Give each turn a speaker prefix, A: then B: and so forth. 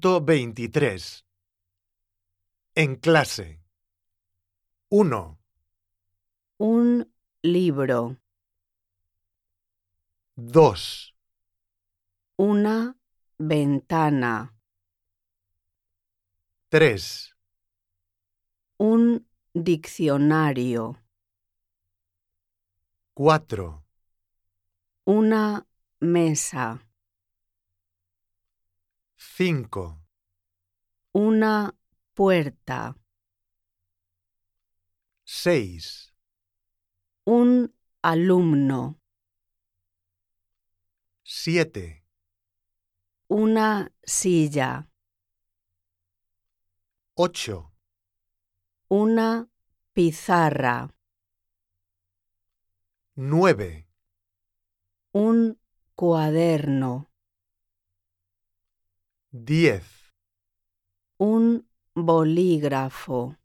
A: 1.23 En clase 1,
B: Un libro.
A: 2,
B: Una ventana.
A: 3,
B: Un diccionario.
A: 4,
B: Una mesa.
A: 5,
B: Una puerta.
A: 6,
B: Un alumno.
A: 7,
B: Una silla.
A: 8,
B: Una pizarra.
A: 9,
B: Un cuaderno.
A: 10.
B: Un bolígrafo.